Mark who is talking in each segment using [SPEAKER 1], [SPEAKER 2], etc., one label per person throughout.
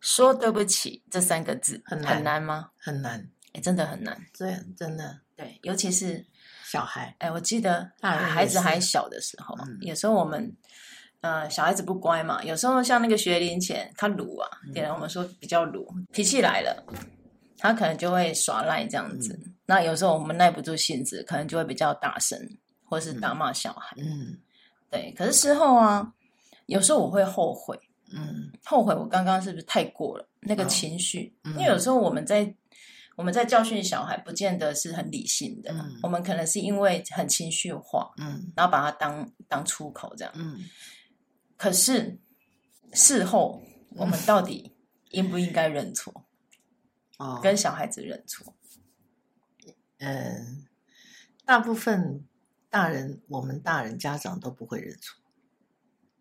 [SPEAKER 1] 说对不起这三个字
[SPEAKER 2] 很难
[SPEAKER 1] 很难吗？
[SPEAKER 2] 很难，
[SPEAKER 1] 哎，真的很难。
[SPEAKER 2] 这真的
[SPEAKER 1] 对，尤其是
[SPEAKER 2] 小孩，
[SPEAKER 1] 哎，我记得
[SPEAKER 2] 大人也
[SPEAKER 1] 孩子
[SPEAKER 2] 是
[SPEAKER 1] 还小的时候，
[SPEAKER 2] 嗯
[SPEAKER 1] 有时候我们呃小孩子不乖嘛，有时候像那个学龄前，他鲁啊，点我们说比较鲁，脾气来了，他可能就会耍赖这样子。
[SPEAKER 2] 嗯
[SPEAKER 1] 那有时候我们耐不住性子，可能就会比较大声，或是打骂小孩。
[SPEAKER 2] 嗯
[SPEAKER 1] 对，可是事后啊，有时候我会后悔，
[SPEAKER 2] 嗯
[SPEAKER 1] 后悔我刚刚是不是太过了那个
[SPEAKER 2] 嗯
[SPEAKER 1] 情绪，
[SPEAKER 2] 嗯
[SPEAKER 1] 因为有时候我们在我们在教训小孩，不见得是很理性的，
[SPEAKER 2] 嗯
[SPEAKER 1] 我们可能是因为很情绪化，
[SPEAKER 2] 嗯
[SPEAKER 1] 然后把它当当出口这样。
[SPEAKER 2] 嗯，
[SPEAKER 1] 可是事后
[SPEAKER 2] 嗯
[SPEAKER 1] 我们到底应不应该认错，
[SPEAKER 2] 哦
[SPEAKER 1] 跟小孩子认错？
[SPEAKER 2] 嗯，大部分大人，我们大人家长都不会认错，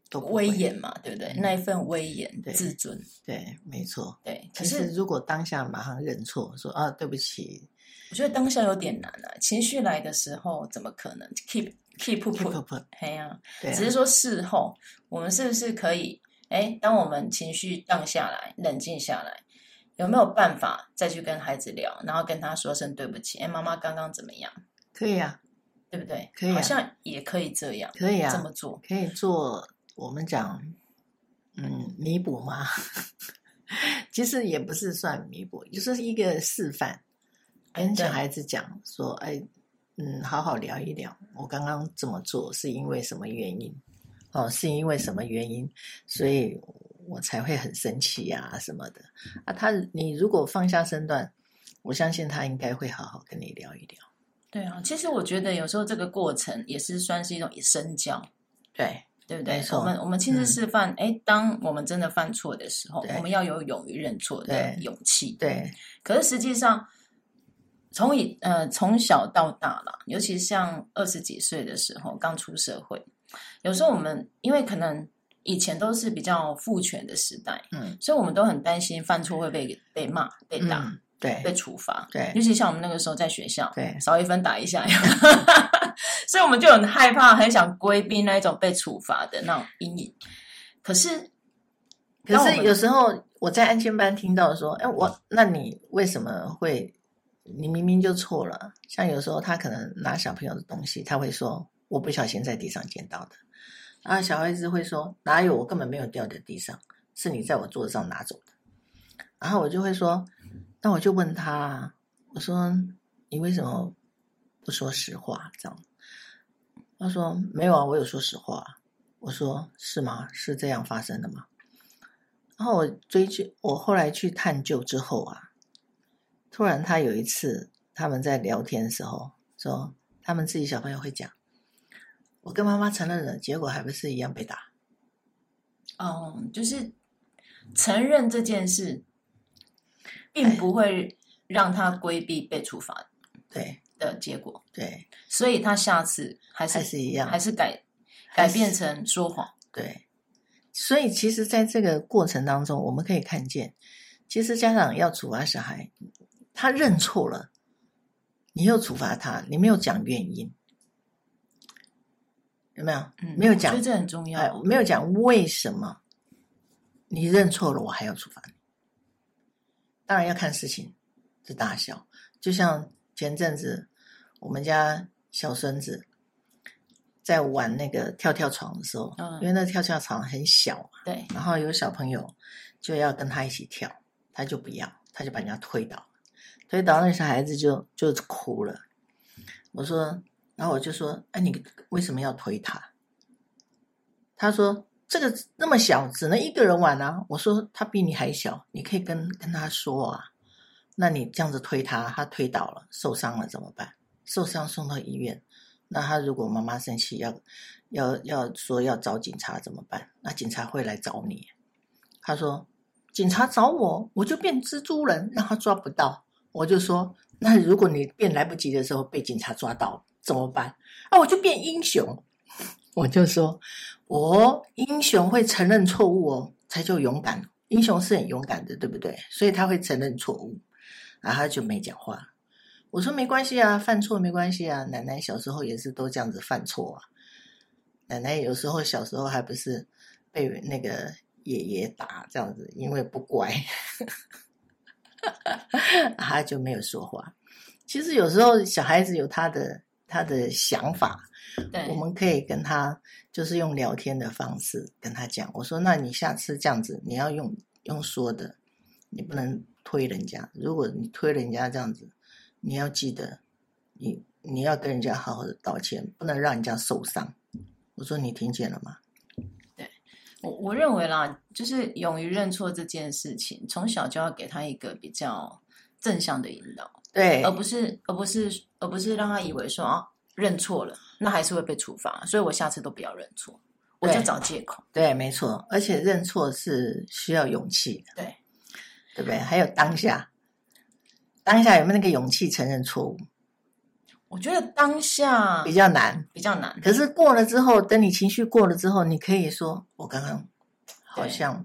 [SPEAKER 2] 都不
[SPEAKER 1] 威
[SPEAKER 2] 会。
[SPEAKER 1] 严嘛，对不对？
[SPEAKER 2] 嗯
[SPEAKER 1] 那一份威严、
[SPEAKER 2] 对
[SPEAKER 1] 自尊，
[SPEAKER 2] 对，没错。
[SPEAKER 1] 对。可
[SPEAKER 2] 其实
[SPEAKER 1] 是
[SPEAKER 2] 如果当下马上认错，说啊对不起
[SPEAKER 1] 我觉得当下有点难啊，情绪来的时候怎么可能 keep keep
[SPEAKER 2] ，keep
[SPEAKER 1] put？
[SPEAKER 2] up，
[SPEAKER 1] 嘿呀、
[SPEAKER 2] 对啊、
[SPEAKER 1] 只是说事后我们是不是可以，哎，当我们情绪荡下来、冷静下来，有没有办法再去跟孩子聊，然后跟他说声对不起，哎，妈妈刚刚怎么样，
[SPEAKER 2] 可以啊，
[SPEAKER 1] 对不对？
[SPEAKER 2] 可以啊
[SPEAKER 1] 好像也可以这样，
[SPEAKER 2] 可以
[SPEAKER 1] 这么
[SPEAKER 2] 啊，
[SPEAKER 1] 做，
[SPEAKER 2] 可以做我们讲，嗯，弥补吗？ 其实也不是算弥补，就是一个示范，跟小
[SPEAKER 1] 对
[SPEAKER 2] 孩子讲说，哎，嗯，好好聊一聊，我刚刚这么做是因为什么原因？哦，是因为什么原因？所以我才会很生气呀、什么的啊。他，你如果放下身段，我相信他应该会好好跟你聊一聊。
[SPEAKER 1] 对啊。其实我觉得有时候这个过程也是算是一种身教。
[SPEAKER 2] 对，
[SPEAKER 1] 对不对
[SPEAKER 2] 没？错
[SPEAKER 1] 我们我们亲自
[SPEAKER 2] 嗯
[SPEAKER 1] 示范，哎、当我们真的犯错的时候，
[SPEAKER 2] 对
[SPEAKER 1] 我们要有勇于认错的
[SPEAKER 2] 对
[SPEAKER 1] 勇气。
[SPEAKER 2] 对，
[SPEAKER 1] 可是实际上，从以呃从小到大啦，尤其像二十几岁的时候，刚出社会，有时候我们因为可能以前都是比较父权的时代，
[SPEAKER 2] 嗯，
[SPEAKER 1] 所以我们都很担心犯错会被被骂、被打、
[SPEAKER 2] 嗯，对，
[SPEAKER 1] 被处罚。
[SPEAKER 2] 对
[SPEAKER 1] 尤，其像我们那个时候在学校，
[SPEAKER 2] 对
[SPEAKER 1] 少一分打一下， 所以我们就很害怕，很想规避那一种被处罚的那种阴影。可是，
[SPEAKER 2] 可
[SPEAKER 1] 当我
[SPEAKER 2] 是
[SPEAKER 1] 们嗯
[SPEAKER 2] 有时候我在安全班听到说，哎，我那你为什么会？你明明就错了。像有时候他可能拿小朋友的东西，他会说我不小心在地上捡到的，然后小孩子会说哪有，我根本没有掉在地上，是你在我桌子上拿走的。然后我就会说，那我就问他，我说你为什么不说实话？这样，他说没有啊，我有说实话啊。我说是吗？是这样发生的吗？然后我追究，我后来去探究之后啊，突然他有一次他们在聊天的时候说，他们自己小朋友会讲，我跟妈妈承认了，结果还不是一样被打。
[SPEAKER 1] 嗯，就是承认这件事，
[SPEAKER 2] 哎
[SPEAKER 1] 并不会让他规避被处罚
[SPEAKER 2] 对
[SPEAKER 1] 的结果，
[SPEAKER 2] 对，
[SPEAKER 1] 所以他下次还是
[SPEAKER 2] 还是一样，
[SPEAKER 1] 还是改改
[SPEAKER 2] 还是
[SPEAKER 1] 变成说谎。
[SPEAKER 2] 对。所以其实，在这个过程当中，我们可以看见，其实家长要处罚小孩，他认错了，你又处罚他，你没有讲原因，有没有？
[SPEAKER 1] 嗯，
[SPEAKER 2] 没有
[SPEAKER 1] 我觉
[SPEAKER 2] 讲
[SPEAKER 1] 得这很重要。
[SPEAKER 2] 哎，我没有讲为什么你认错了，我还要处罚你。当然要看事情的大小，就像前阵子我们家小孙子在玩那个跳跳床的时候，
[SPEAKER 1] 嗯
[SPEAKER 2] 因为那跳跳床很小嘛，
[SPEAKER 1] 对，
[SPEAKER 2] 然后有小朋友就要跟他一起跳，他就不要，他就把人家推倒，推倒那小孩子就就哭了。我说，然后我就说，哎，你为什么要推他？他说这个那么小，只能一个人玩啊。我说他比你还小，你可以跟跟他说啊。那你这样子推他，他推倒了，受伤了怎么办？受伤送到医院，那他如果妈妈生气要要要说要找警察怎么办？那警察会来找你。他说警察找我，我就变蜘蛛人，让他抓不到。我就说，那如果你变来不及的时候被警察抓到怎么办？啊，我就变英雄。我就说，哦，英雄会承认错误哦，才叫勇敢。英雄是很勇敢的，对不对？所以他会承认错误，然后他就没讲话。我说没关系啊，犯错没关系啊。奶奶小时候也是都这样子犯错啊。奶奶有时候小时候还不是被那个爷爷打这样子，因为不乖， 他就没有说话。其实有时候小孩子有他的他的想法，
[SPEAKER 1] 对
[SPEAKER 2] 我们可以跟他就是用聊天的方式跟他讲。我说，那你下次这样子，你要用用说的，你不能推人家。如果你推人家这样子，你要记得，你你要跟人家好好的道歉，不能让人家受伤。我说你听见了吗？
[SPEAKER 1] 我我认为啦，就是勇于认错这件事情，从小就要给他一个比较正向的引导，
[SPEAKER 2] 对
[SPEAKER 1] 而不是而不是而不是让他以为说啊认错了，那还是会被处罚，所以我下次都不要认错，我就
[SPEAKER 2] 对
[SPEAKER 1] 找借口。
[SPEAKER 2] 对，没错，而且认错是需要勇气的，
[SPEAKER 1] 对
[SPEAKER 2] 对不对？还有当下，当下有没有那个勇气承认错误
[SPEAKER 1] 我觉得当下
[SPEAKER 2] 比较难，
[SPEAKER 1] 比较难，
[SPEAKER 2] 可是过了之后，等你情绪过了之后，你可以说我刚刚好像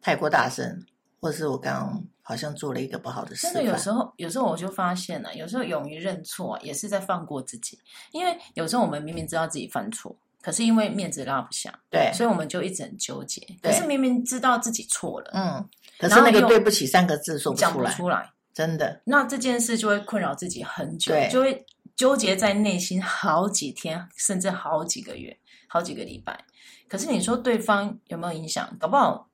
[SPEAKER 2] 太过大声，或是我刚刚好像做了一个不好的示
[SPEAKER 1] 真
[SPEAKER 2] 范。
[SPEAKER 1] 的有时候，有时候我就发现了、有时候勇于认错、啊、也是在放过自己，因为有时候我们明明知道自己犯错，可是因为面子拉不下，
[SPEAKER 2] 对，
[SPEAKER 1] 所以我们就一直很纠结。可
[SPEAKER 2] 对
[SPEAKER 1] 是明明知道自己错了，
[SPEAKER 2] 嗯，可
[SPEAKER 1] 然
[SPEAKER 2] 是
[SPEAKER 1] 后
[SPEAKER 2] 那个
[SPEAKER 1] 又
[SPEAKER 2] 对不起三个字说不
[SPEAKER 1] 讲
[SPEAKER 2] 出
[SPEAKER 1] 不
[SPEAKER 2] 来，
[SPEAKER 1] 出来，
[SPEAKER 2] 真的
[SPEAKER 1] 那这件事就会困扰自己很久，
[SPEAKER 2] 对
[SPEAKER 1] 就会纠结在内心好几天，甚至好几个月、好几个礼拜。可是你说对方有没有影响？搞不好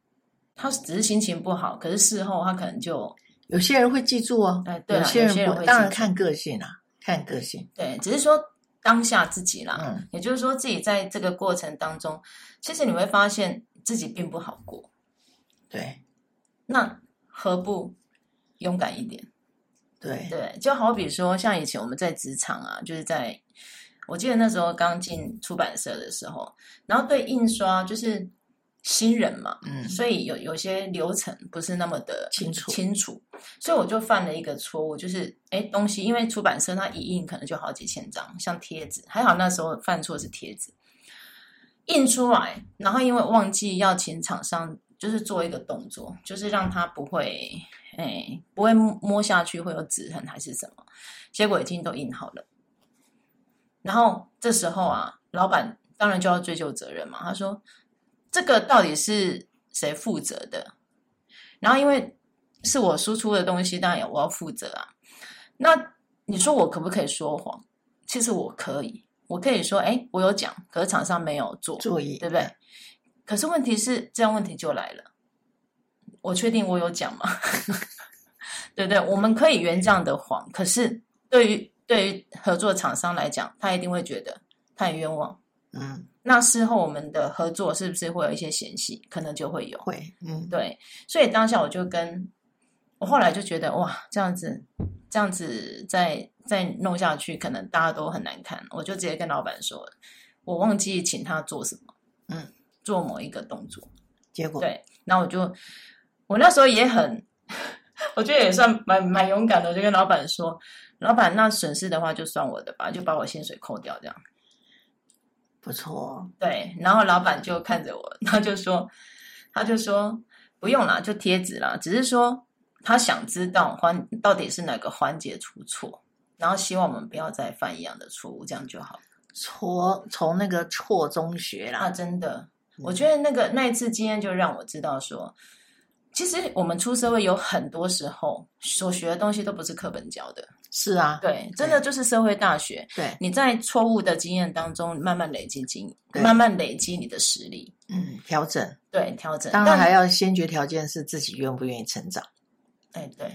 [SPEAKER 1] 他只是心情不好，可是事后他可能就
[SPEAKER 2] 有些人会记住哦，
[SPEAKER 1] 哎对啊
[SPEAKER 2] 些
[SPEAKER 1] 有些人
[SPEAKER 2] 人
[SPEAKER 1] 会
[SPEAKER 2] 不，
[SPEAKER 1] 记
[SPEAKER 2] 当然
[SPEAKER 1] 住
[SPEAKER 2] 看个性啊，看个性，
[SPEAKER 1] 对，只是说当下自己啦。
[SPEAKER 2] 嗯。
[SPEAKER 1] 也就是说，自己在这个过程当中，其实你会发现自己并不好过。
[SPEAKER 2] 对
[SPEAKER 1] 那何不勇敢一点？
[SPEAKER 2] 对
[SPEAKER 1] 对，就好比说，像以前我们在职场啊，就是在我记得那时候刚进出版社的时候，然后对印刷就是新人嘛，
[SPEAKER 2] 嗯
[SPEAKER 1] 所以有有些流程不是那么的
[SPEAKER 2] 清楚
[SPEAKER 1] 清楚，所以我就犯了一个错误，就是哎东西，因为出版社它一印可能就好几千张，像贴纸，还好那时候犯错是贴纸，印出来，然后因为忘记要请厂商就是做一个动作，就是让它不会哎不会摸摸下去会有指痕还是什么，结果已经都印好了。然后这时候啊，老板当然就要追究责任嘛。他说这个到底是谁负责的？然后因为是我输出的东西，当然也我要负责啊。那你说我可不可以说谎？其实我可以，我可以说，哎，我有讲，可是厂商没有做，
[SPEAKER 2] 注意，
[SPEAKER 1] 对不对？可是问题是，这样问题就来了。我确定我有讲吗？ 对不对？我们可以圆这样的谎，可是对于对于合作厂商来讲，他一定会觉得他很冤枉。
[SPEAKER 2] 嗯，
[SPEAKER 1] 那事后我们的合作是不是会有一些嫌隙？可能就会有。
[SPEAKER 2] 会，嗯，
[SPEAKER 1] 对，所以当下我就跟我后来就觉得哇，这样子这样子再再弄下去，可能大家都很难看。我就直接跟老板说，我忘记请他做什么，
[SPEAKER 2] 嗯，
[SPEAKER 1] 做某一个动作。
[SPEAKER 2] 结果
[SPEAKER 1] 对，然后我就我那时候也很， 我觉得也算蛮蛮勇敢的，我就跟老板说，老板那损失的话就算我的吧，就把我薪水扣掉这样。
[SPEAKER 2] 不错，哦
[SPEAKER 1] 对，然后老板就看着我，他就说，他就说不用啦，就贴纸啦，只是说他想知道环到底是哪个环节出错，然后希望我们不要再犯一样的错误，这样就好了。
[SPEAKER 2] 错从那个错中学
[SPEAKER 1] 啊，
[SPEAKER 2] 啦，
[SPEAKER 1] 真的，我
[SPEAKER 2] 嗯
[SPEAKER 1] 觉得那个那一次经验就让我知道说，其实我们出社会有很多时候所学的东西都不是课本教的，
[SPEAKER 2] 是啊，
[SPEAKER 1] 对，真的就是社会大学。
[SPEAKER 2] 对，
[SPEAKER 1] 你在错误的经验当中慢慢累积经，
[SPEAKER 2] 对
[SPEAKER 1] 慢慢累积你的实力，
[SPEAKER 2] 嗯，调整，
[SPEAKER 1] 对，调整。
[SPEAKER 2] 当然
[SPEAKER 1] 但
[SPEAKER 2] 还要先决条件是自己愿不愿意成长，
[SPEAKER 1] 哎，对，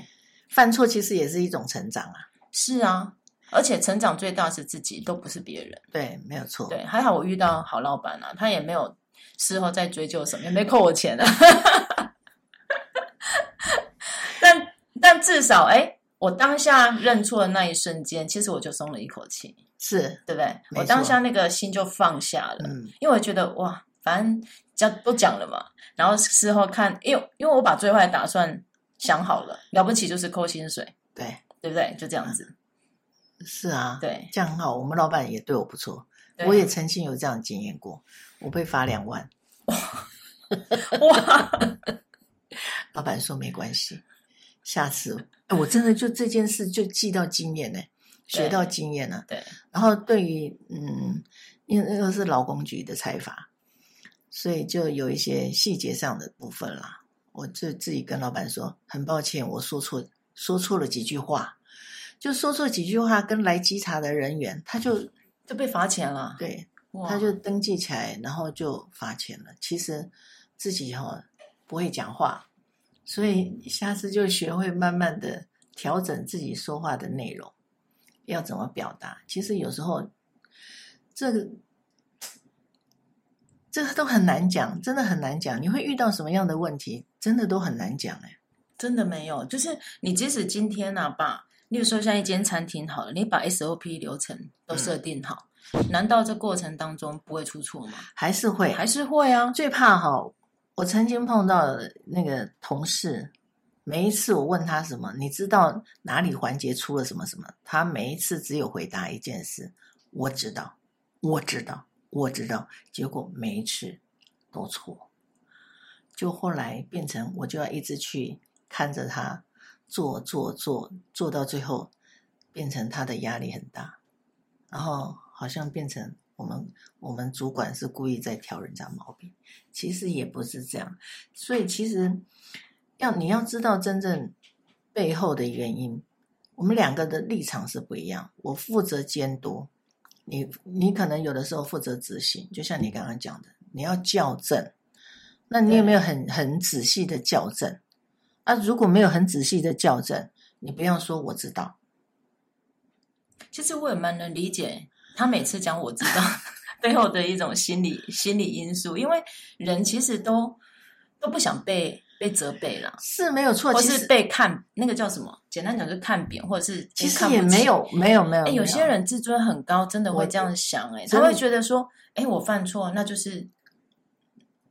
[SPEAKER 2] 犯错其实也是一种成长啊，
[SPEAKER 1] 是啊，而且成长最大是自己，都不是别人。
[SPEAKER 2] 对，没有错，
[SPEAKER 1] 对，还好我遇到好老板啊，他也没有事后再追究什么，也没扣我钱啊。 但但至少，哎，我当下认错的那一瞬间，其实我就松了一口气，
[SPEAKER 2] 是，
[SPEAKER 1] 对不对？
[SPEAKER 2] 没
[SPEAKER 1] 我当
[SPEAKER 2] 错
[SPEAKER 1] 下那个心就放下了，
[SPEAKER 2] 嗯，
[SPEAKER 1] 因为我觉得哇，反正讲都讲了嘛，然后事后看，因为因为我把最坏的打算想好了，了不起就是扣薪水，
[SPEAKER 2] 对，
[SPEAKER 1] 对不对？就这样子，
[SPEAKER 2] 是啊，
[SPEAKER 1] 对，
[SPEAKER 2] 这样很好。我们老板也对我不错，
[SPEAKER 1] 对啊
[SPEAKER 2] 我也曾经有这样的经验过，我被罚两万，
[SPEAKER 1] 哇，
[SPEAKER 2] 老板说没关系，下次哎我真的就这件事就记到经验呢、学到经验了、啊
[SPEAKER 1] 对，
[SPEAKER 2] 然后对于嗯，因为那个是劳工局的裁罚，所以就有一些细节上的部分啦。我就自己跟老板说，很抱歉，我说错说错了几句话，就说错几句话，跟来稽查的人员，他就
[SPEAKER 1] 就被罚钱了，
[SPEAKER 2] 对，
[SPEAKER 1] 哇
[SPEAKER 2] 他就登记起来，然后就罚钱了。其实自己哈、不会讲话，所以下次就学会慢慢的调整自己说话的内容，要怎么表达。其实有时候这个这个都很难讲，真的很难讲。你会遇到什么样的问题，真的都很难讲哎、
[SPEAKER 1] 真的没有，就是你即使今天啊，把，例如说像一间餐厅好了，你把 SOP 流程
[SPEAKER 2] 嗯
[SPEAKER 1] 都设定好，难道这过程当中不会出错吗？
[SPEAKER 2] 还是会
[SPEAKER 1] 还是会啊，
[SPEAKER 2] 最怕哈，我曾经碰到的那个同事，每一次我问他什么，你知道哪里环节出了什么什么，他每一次只有回答一件事：我知道，我知道，我知道。结果每一次都错，就后来变成我就要一直去看着他做做做，做到最后变成他的压力很大，然后好像变成我们我们主管是故意在挑人家毛病。其实也不是这样，所以其实要你要知道真正背后的原因，我们两个的立场是不一样。我负责监督，你你可能有的时候负责执行，就像你刚刚讲的，你要校正。那你有没有很很仔细的校正？啊，如果没有很仔细的校正，你不要说我知道，
[SPEAKER 1] 其实我也蛮能理解他每次讲我知道 背后的一种心理心理因素，因为人其实都都不想被被责备啦，
[SPEAKER 2] 是没有错。
[SPEAKER 1] 或
[SPEAKER 2] 其
[SPEAKER 1] 是
[SPEAKER 2] 实
[SPEAKER 1] 被看那个叫什么？简单讲就看扁，或者是
[SPEAKER 2] 其实
[SPEAKER 1] 看不
[SPEAKER 2] 也
[SPEAKER 1] 起
[SPEAKER 2] 没。有没有没有
[SPEAKER 1] 哎、，
[SPEAKER 2] 没
[SPEAKER 1] 有些人自尊很高，真的
[SPEAKER 2] 我
[SPEAKER 1] 会这样想、哎，
[SPEAKER 2] 真
[SPEAKER 1] 他
[SPEAKER 2] 的
[SPEAKER 1] 会觉得说，哎、我犯错，那就是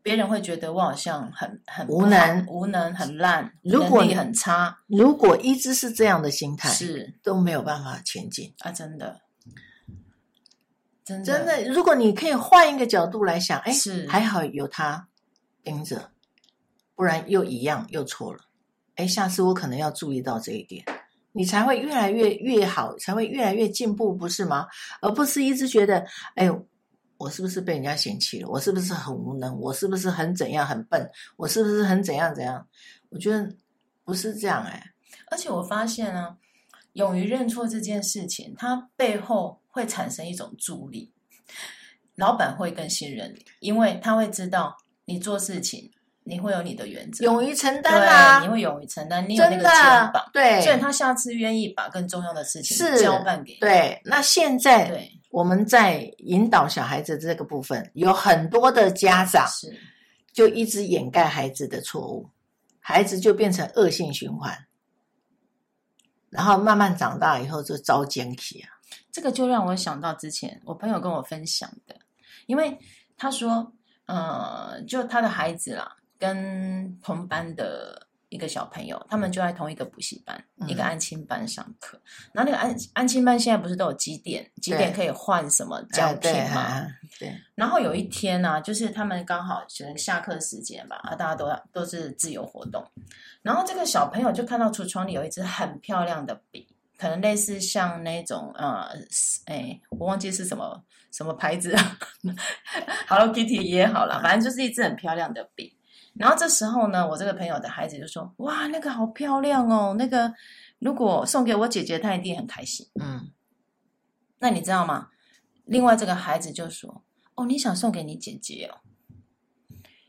[SPEAKER 1] 别人会觉得我好像很很不
[SPEAKER 2] 无
[SPEAKER 1] 好
[SPEAKER 2] 能
[SPEAKER 1] 无能很烂，
[SPEAKER 2] 如果
[SPEAKER 1] 能力很差，
[SPEAKER 2] 如果一直是这样的心态，
[SPEAKER 1] 是
[SPEAKER 2] 都没有办法前进。
[SPEAKER 1] 啊，真的，真的，
[SPEAKER 2] 真的，如果你可以换一个角度来想，哎，
[SPEAKER 1] 是
[SPEAKER 2] 还好有他盯着，不然又一样又错了。哎，下次我可能要注意到这一点，你才会越来越越好，才会越来越进步，不是吗？而不是一直觉得，哎，我是不是被人家嫌弃了？我是不是很无能？我是不是很怎样很笨？我是不是很怎样怎样？我觉得不是这样、哎，
[SPEAKER 1] 而且我发现啊，勇于认错这件事情，它背后会产生一种助力，老板会更信任你，因为他会知道你做事情你会有你的原则，
[SPEAKER 2] 勇于承
[SPEAKER 1] 对
[SPEAKER 2] 担，啊
[SPEAKER 1] 你，会勇于承担，你有那
[SPEAKER 2] 真
[SPEAKER 1] 个
[SPEAKER 2] 的
[SPEAKER 1] 肩膀，，
[SPEAKER 2] 对，
[SPEAKER 1] 所以他下次愿意把更重要的事情
[SPEAKER 2] 是
[SPEAKER 1] 交办给你。
[SPEAKER 2] 对。那现在
[SPEAKER 1] 对，
[SPEAKER 2] 我们在引导小孩子这个部分，有很多的家长
[SPEAKER 1] 是
[SPEAKER 2] 就一直掩盖孩子的错误，孩子就变成恶性循环，然后慢慢长大以后就遭奸体啊。
[SPEAKER 1] 这个就让我想到之前我朋友跟我分享的，因为他说，呃，就他的孩子啦，跟同班的一个小朋友，他们就在同一个补习班，
[SPEAKER 2] 嗯
[SPEAKER 1] 一个安亲班上课。然后那个安安亲班现在不是都有几点，几点可以换什么奖
[SPEAKER 2] 哎
[SPEAKER 1] 品
[SPEAKER 2] 对
[SPEAKER 1] 吗？
[SPEAKER 2] 啊，对，
[SPEAKER 1] 然后有一天呢、就是他们刚好可能下课时间吧，啊，大家都要都是自由活动。然后这个小朋友就看到橱窗里有一支很漂亮的笔，可能类似像那种呃，哎，我忘记是什么什么牌子了 ，Hello Kitty 也好啦，反正就是一支很漂亮的笔。然后这时候呢，我这个朋友的孩子就说：“哇，那个好漂亮哦，那个如果送给我姐姐，她一定很开心。”
[SPEAKER 2] 嗯，
[SPEAKER 1] 那你知道吗？另外这个孩子就说：“哦，你想送给你姐姐哦，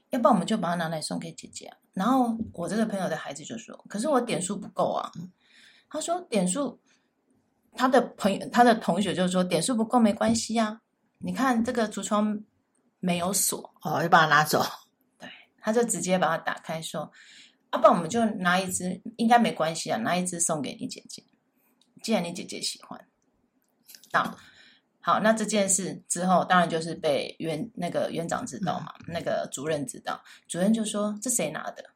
[SPEAKER 1] 要不然我们就把它拿来送给姐姐啊、然后我这个朋友的孩子就说：“可是我点数不够啊。”他说：“点数，他的朋友，他的同学就说点数不够没关系啊，你看这个橱窗没有锁，
[SPEAKER 2] 哦，就把它拿走。
[SPEAKER 1] 他就直接把它打开说：‘要、不然我们就拿一支，应该没关系啊，拿一支送给你姐姐，既然你姐姐喜欢。’那好，那这件事之后，当然就是被园那个园长知道嘛，那个主任知道，主任就说：‘这谁拿的？’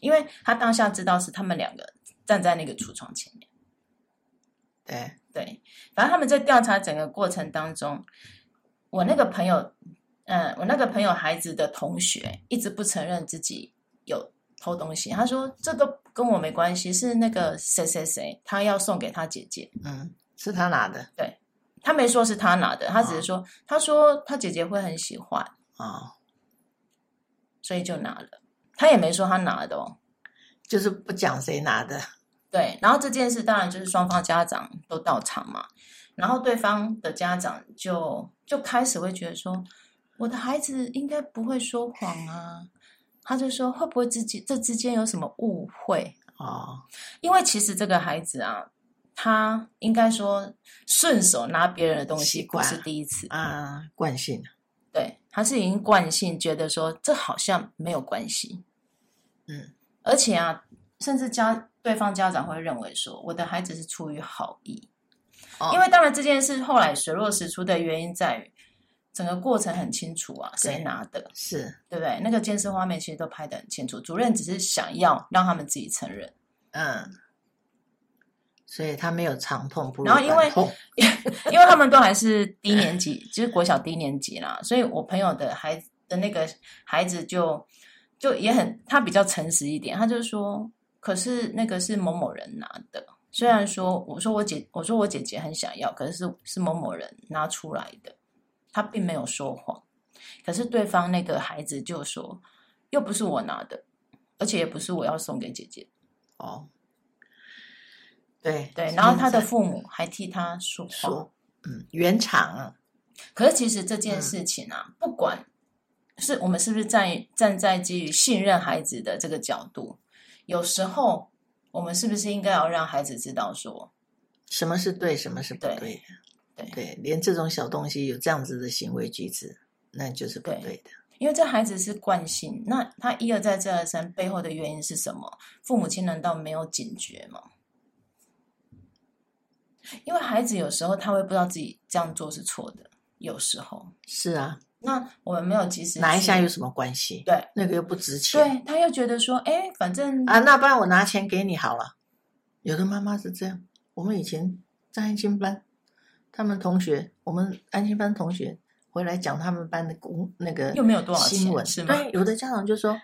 [SPEAKER 1] 因为他当下知道是他们两个站在那个橱窗前面，
[SPEAKER 2] 对，
[SPEAKER 1] 对，反正他们在调查整个过程当中，我那个朋友，嗯，我那个朋友孩子的同学一直不承认自己有偷东西，他说这都跟我没关系，是那个谁谁谁他要送给他姐姐，
[SPEAKER 2] 嗯，是他拿的
[SPEAKER 1] 他没说是他拿的，他只是说，他说他姐姐会很喜欢，
[SPEAKER 2] 哦，
[SPEAKER 1] 所以就拿了，他也没说他拿的哦。
[SPEAKER 2] 就是不讲谁拿的，
[SPEAKER 1] 对，然后这件事当然就是双方家长都到场嘛，然后对方的家长就就开始会觉得说，我的孩子应该不会说谎啊，他就说会不会之间这之间有什么误会？
[SPEAKER 2] 哦，
[SPEAKER 1] 因为其实这个孩子啊，他应该说顺手拿别人的东西
[SPEAKER 2] 习
[SPEAKER 1] 不
[SPEAKER 2] 惯
[SPEAKER 1] 是第一次，
[SPEAKER 2] 啊，惯性，
[SPEAKER 1] 对，他是已经惯性觉得说这好像没有关系，
[SPEAKER 2] 嗯，
[SPEAKER 1] 而且啊，甚至家对方家长会认为说我的孩子是出于好意，
[SPEAKER 2] 哦
[SPEAKER 1] 因为当然这件事后来水落石出的原因在于整个过程很清楚啊，谁
[SPEAKER 2] 对
[SPEAKER 1] 拿的，
[SPEAKER 2] 是，
[SPEAKER 1] 对不对？那个监视画面其实都拍得很清楚，主任只是想要让他们自己承认，
[SPEAKER 2] 嗯，所以他没有长痛不如
[SPEAKER 1] 然后因为
[SPEAKER 2] 短痛
[SPEAKER 1] 因为他们都还是低年级，就是国小低年级啦，所以我朋友的孩子的那个孩子就就也很他比较诚实一点，他就说，可是那个是某某人拿的，虽然说我说我姐我说我姐姐很想要，可是是某某人拿出来的，他并没有说谎，可是对方那个孩子就说，又不是我拿的，而且也不是我要送给姐姐，
[SPEAKER 2] 哦，对
[SPEAKER 1] 对，然后他的
[SPEAKER 2] 现在
[SPEAKER 1] 父母还替他说谎。
[SPEAKER 2] 说，嗯，原厂啊，
[SPEAKER 1] 可是其实这
[SPEAKER 2] 嗯
[SPEAKER 1] 件事情啊，不管是我们是不是站站在基于信任孩子的这个角度，有时候我们是不是应该要让孩子知道说，
[SPEAKER 2] 什么是对，什么是不
[SPEAKER 1] 对
[SPEAKER 2] 对的
[SPEAKER 1] 对
[SPEAKER 2] 对，连这种小东西有这样子的行为举止，那就是不
[SPEAKER 1] 对
[SPEAKER 2] 对的。
[SPEAKER 1] 因为这孩子是惯性，那他一而再再而三背后的原因是什么？父母亲难道没有警觉吗？因为孩子有时候他会不知道自己这样做是错的，有时候，
[SPEAKER 2] 是啊，
[SPEAKER 1] 那我们没有及时
[SPEAKER 2] 拿一
[SPEAKER 1] 去
[SPEAKER 2] 下有什么关系？
[SPEAKER 1] 对
[SPEAKER 2] 那个又不值钱
[SPEAKER 1] 对，他又觉得说，哎，反正
[SPEAKER 2] 啊，那不然我拿钱给你好了。有的妈妈是这样，我们以前在安心班，他们同学，我们安心班同学回来讲他们班的工那个
[SPEAKER 1] 又没有多少
[SPEAKER 2] 新闻
[SPEAKER 1] 钱，是吗？
[SPEAKER 2] 对，有的家长就说：“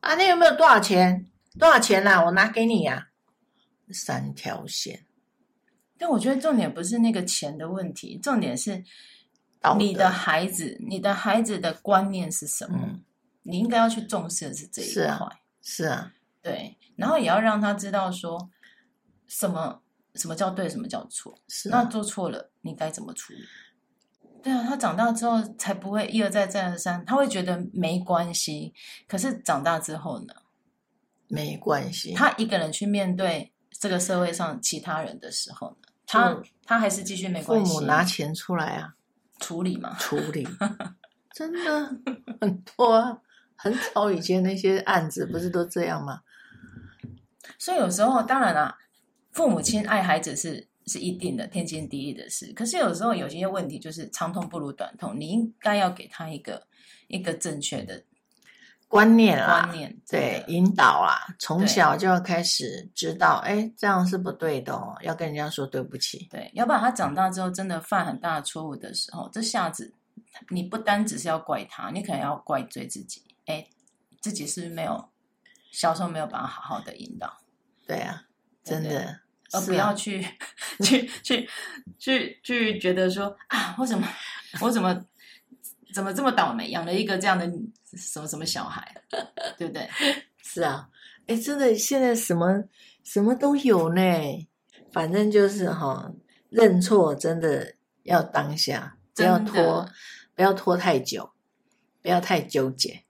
[SPEAKER 2] 啊，你有没有多少钱？多少钱啦、我拿给你呀、三条线，
[SPEAKER 1] 但我觉得重点不是那个钱的问题，重点是
[SPEAKER 2] 道德
[SPEAKER 1] 你的孩子，你的孩子的观念是什么？
[SPEAKER 2] 嗯，
[SPEAKER 1] 你应该要去重视的是这一
[SPEAKER 2] 是
[SPEAKER 1] 块，
[SPEAKER 2] 啊是啊，
[SPEAKER 1] 对，然后也要让他知道说什么什么叫对，什么叫错。
[SPEAKER 2] 是
[SPEAKER 1] 那
[SPEAKER 2] 啊，
[SPEAKER 1] 做错了，你该怎么处理？对啊，他长大之后才不会一而再再而三，他会觉得没关系。可是长大之后呢，
[SPEAKER 2] 没关系，
[SPEAKER 1] 他一个人去面对这个社会上其他人的时候呢，他
[SPEAKER 2] 就
[SPEAKER 1] 他还是继续没
[SPEAKER 2] 父
[SPEAKER 1] 关系
[SPEAKER 2] 母拿钱出来啊，
[SPEAKER 1] 处理嘛。
[SPEAKER 2] 处 理，真的很多啊。很早以前那些案子不是都这样吗？
[SPEAKER 1] 所以有时候，当然啦、父母亲爱孩子是是一定的，天经地义的事。可是有时候有些问题就是长痛不如短痛，你应该要给他一个一个正确的
[SPEAKER 2] 观念
[SPEAKER 1] 观
[SPEAKER 2] 啊，
[SPEAKER 1] 念。真的
[SPEAKER 2] 对，引导啊，从小就要开始知道，哎，这样是不对的哦，要跟人家说对不起。
[SPEAKER 1] 对，要不然他长大之后真的犯很大的错误的时候，这下子你不单只是要怪他，你可能要怪罪自己。哎，自己是不是没有小时候没有把他好好的引导？
[SPEAKER 2] 对啊，真
[SPEAKER 1] 对
[SPEAKER 2] 的，
[SPEAKER 1] 而
[SPEAKER 2] 是
[SPEAKER 1] 不
[SPEAKER 2] 啊嗯
[SPEAKER 1] 要去、去去去去觉得说啊，我怎么我怎么怎么这么倒霉，养了一个这样的什么什么小孩，对不对？
[SPEAKER 2] 是啊，哎，真的，现在什么什么都有呢。反正就是哈、认错真的要当下，不要
[SPEAKER 1] 真的
[SPEAKER 2] 拖，不要拖太久，不要太纠结。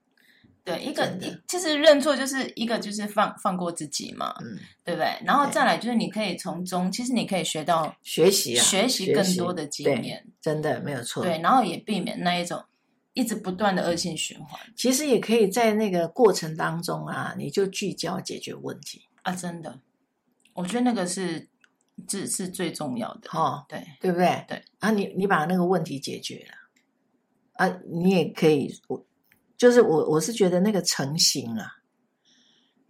[SPEAKER 1] 对，一个
[SPEAKER 2] 真的
[SPEAKER 1] 其实认错就是一个就是放放过自己嘛，
[SPEAKER 2] 嗯，
[SPEAKER 1] 对不对？然后
[SPEAKER 2] 对
[SPEAKER 1] 再来就是你可以从中，其实你可以学到
[SPEAKER 2] 学习啊，嗯
[SPEAKER 1] 学习更多的经验，
[SPEAKER 2] 真的没有错。
[SPEAKER 1] 对，然后也避免那一种一直不断的恶性循环
[SPEAKER 2] 其实也可以在那个过程当中啊，你就聚焦解决问题，
[SPEAKER 1] 啊！真的，我觉得那个是是是最重要的，
[SPEAKER 2] 哈、哦，
[SPEAKER 1] 对。
[SPEAKER 2] 对不对？
[SPEAKER 1] 对，
[SPEAKER 2] 啊，你你把那个问题解决了，啊，你也可以，我就是我我是觉得那个成型啊，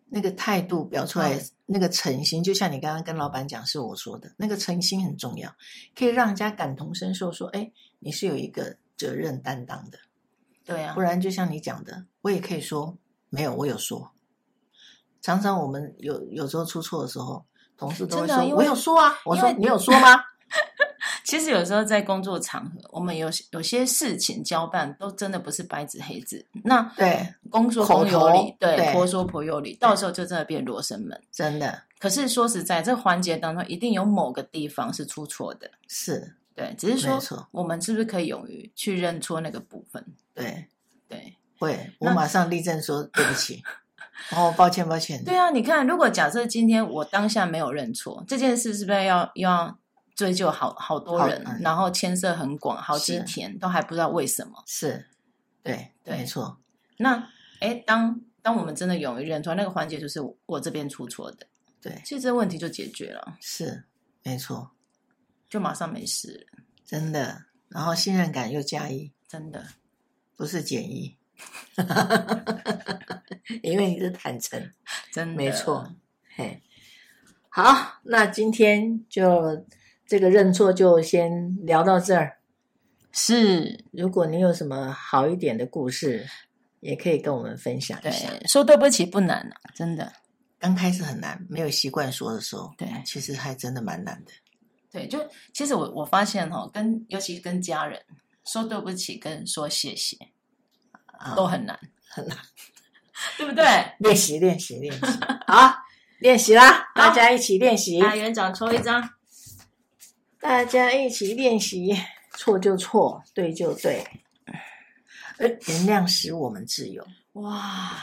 [SPEAKER 2] 那个态度表出来
[SPEAKER 1] 嗯
[SPEAKER 2] 那个诚心，就像你刚刚跟老板讲，是我说的那个诚心很重要，可以让人家感同身受，说，哎，你是有一个责任担当的。
[SPEAKER 1] 对啊
[SPEAKER 2] 不，然就像你讲的，我也可以说没有，我有说。常常我们有有时候出错的时候，同事都会
[SPEAKER 1] 真的
[SPEAKER 2] 说：“
[SPEAKER 1] 因为
[SPEAKER 2] 我有说啊。”我说
[SPEAKER 1] 因：“为
[SPEAKER 2] 你有说吗
[SPEAKER 1] 其实有时候在工作场合，我们有有些事情交办都真的不是白纸黑字，那？”
[SPEAKER 2] 对，
[SPEAKER 1] 公说
[SPEAKER 2] 口
[SPEAKER 1] 公有理
[SPEAKER 2] 头，对
[SPEAKER 1] 对，婆说婆有理，到时候就真的变罗生门。
[SPEAKER 2] 真的
[SPEAKER 1] 可是说实在，这环节当中一定有某个地方是出错的，
[SPEAKER 2] 是
[SPEAKER 1] 对，只是
[SPEAKER 2] 没
[SPEAKER 1] 说
[SPEAKER 2] 错
[SPEAKER 1] 我们是不是可以勇于去认错那个部分？
[SPEAKER 2] 对，
[SPEAKER 1] 对，
[SPEAKER 2] 会我
[SPEAKER 1] 那
[SPEAKER 2] 马上立正说对不起，然后抱歉抱歉。
[SPEAKER 1] 对啊，你看，如果假设今天我当下没有认错，这件事是不是要要追究好好多
[SPEAKER 2] 好
[SPEAKER 1] 人，
[SPEAKER 2] 嗯
[SPEAKER 1] 然后牵涉很广，好几
[SPEAKER 2] 是
[SPEAKER 1] 天都还不知道为什么？
[SPEAKER 2] 是，对，
[SPEAKER 1] 对
[SPEAKER 2] 没错，
[SPEAKER 1] 那哎，当当我们真的勇于认错，那个环节就是我我这边出错的，
[SPEAKER 2] 对，
[SPEAKER 1] 其实这问题就解决了，
[SPEAKER 2] 是没错，
[SPEAKER 1] 就马上没事了，
[SPEAKER 2] 真的。然后信任感又加一，
[SPEAKER 1] 真的。
[SPEAKER 2] 不是减一， 因为你是坦诚。
[SPEAKER 1] 真的
[SPEAKER 2] 没错，嘿，好，那今天就这个认错就先聊到这儿。
[SPEAKER 1] 是，
[SPEAKER 2] 如果你有什么好一点的故事，也可以跟我们分享一
[SPEAKER 1] 对
[SPEAKER 2] 下。，
[SPEAKER 1] 说对不起不难啊，真的，
[SPEAKER 2] 刚开始很难，没有习惯说的时候，
[SPEAKER 1] 对
[SPEAKER 2] 其实还真的蛮难的。
[SPEAKER 1] 对，就其实我我发现哈、跟尤其跟家人说对不起跟说谢谢
[SPEAKER 2] 啊
[SPEAKER 1] 都很难，
[SPEAKER 2] 很难，哎
[SPEAKER 1] 对不 对？
[SPEAKER 2] 练习，练习，练习，好，练习啦！大家一起练习，
[SPEAKER 1] 来，园长抽一张，
[SPEAKER 2] 大家一起练习，错就错，对就对。而原谅使我们自由。
[SPEAKER 1] 哇，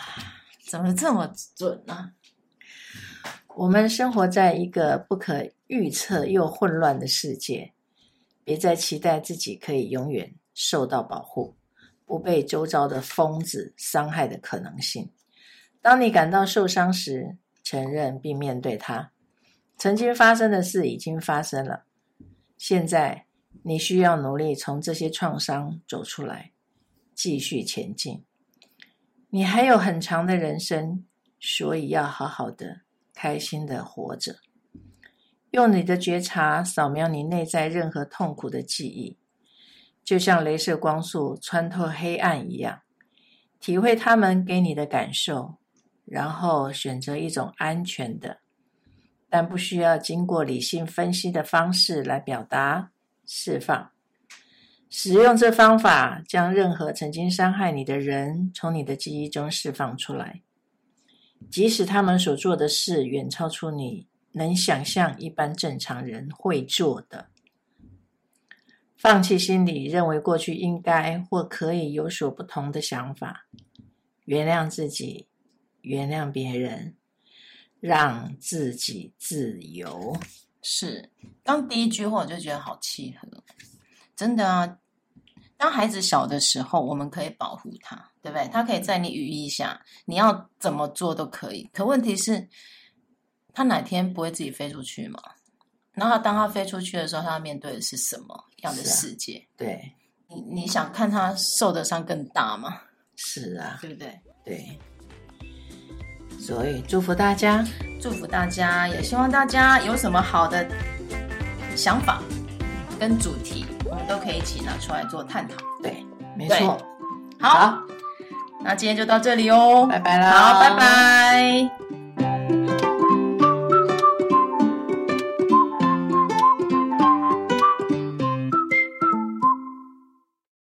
[SPEAKER 1] 怎么这么准啊呢、
[SPEAKER 2] 我们生活在一个不可预测又混乱的世界，别再期待自己可以永远受到保护，不被周遭的疯子伤害的可能性。当你感到受伤时，承认并面对它。曾经发生的事已经发生了，现在你需要努力从这些创伤走出来，继续前进。你还有很长的人生，所以要好好的开心的活着。用你的觉察扫描你内在任何痛苦的记忆，就像镭射光束穿透黑暗一样，体会他们给你的感受，然后选择一种安全的，但不需要经过理性分析的方式来表达释放。使用这方法，将任何曾经伤害你的人从你的记忆中释放出来。即使他们所做的事远超出你能想象一般正常人会做的。放弃心理认为过去应该或可以有所不同的想法，原谅自己，原谅别人，让自己自由。
[SPEAKER 1] 是，刚第一句话我就觉得好契合，真的啊。当孩子小的时候，我们可以保护他，对不对？他可以在你羽翼下，你要怎么做都可以。可问题是，他哪天不会自己飞出去嘛？然后当他飞出去的时候，他要面对的是什么样的
[SPEAKER 2] 是啊
[SPEAKER 1] 世界？
[SPEAKER 2] 对，
[SPEAKER 1] 你你想看他受的伤更大吗？
[SPEAKER 2] 是啊，
[SPEAKER 1] 对不对？
[SPEAKER 2] 对。所以祝福大家，
[SPEAKER 1] 祝福大家，也希望大家有什么好的想法跟主题，我们都可以一起拿出来做探讨。
[SPEAKER 2] 对，没
[SPEAKER 1] 对
[SPEAKER 2] 错。
[SPEAKER 1] 好，，那今天就到这里哦。
[SPEAKER 2] 拜拜啦，
[SPEAKER 1] 好，拜。拜。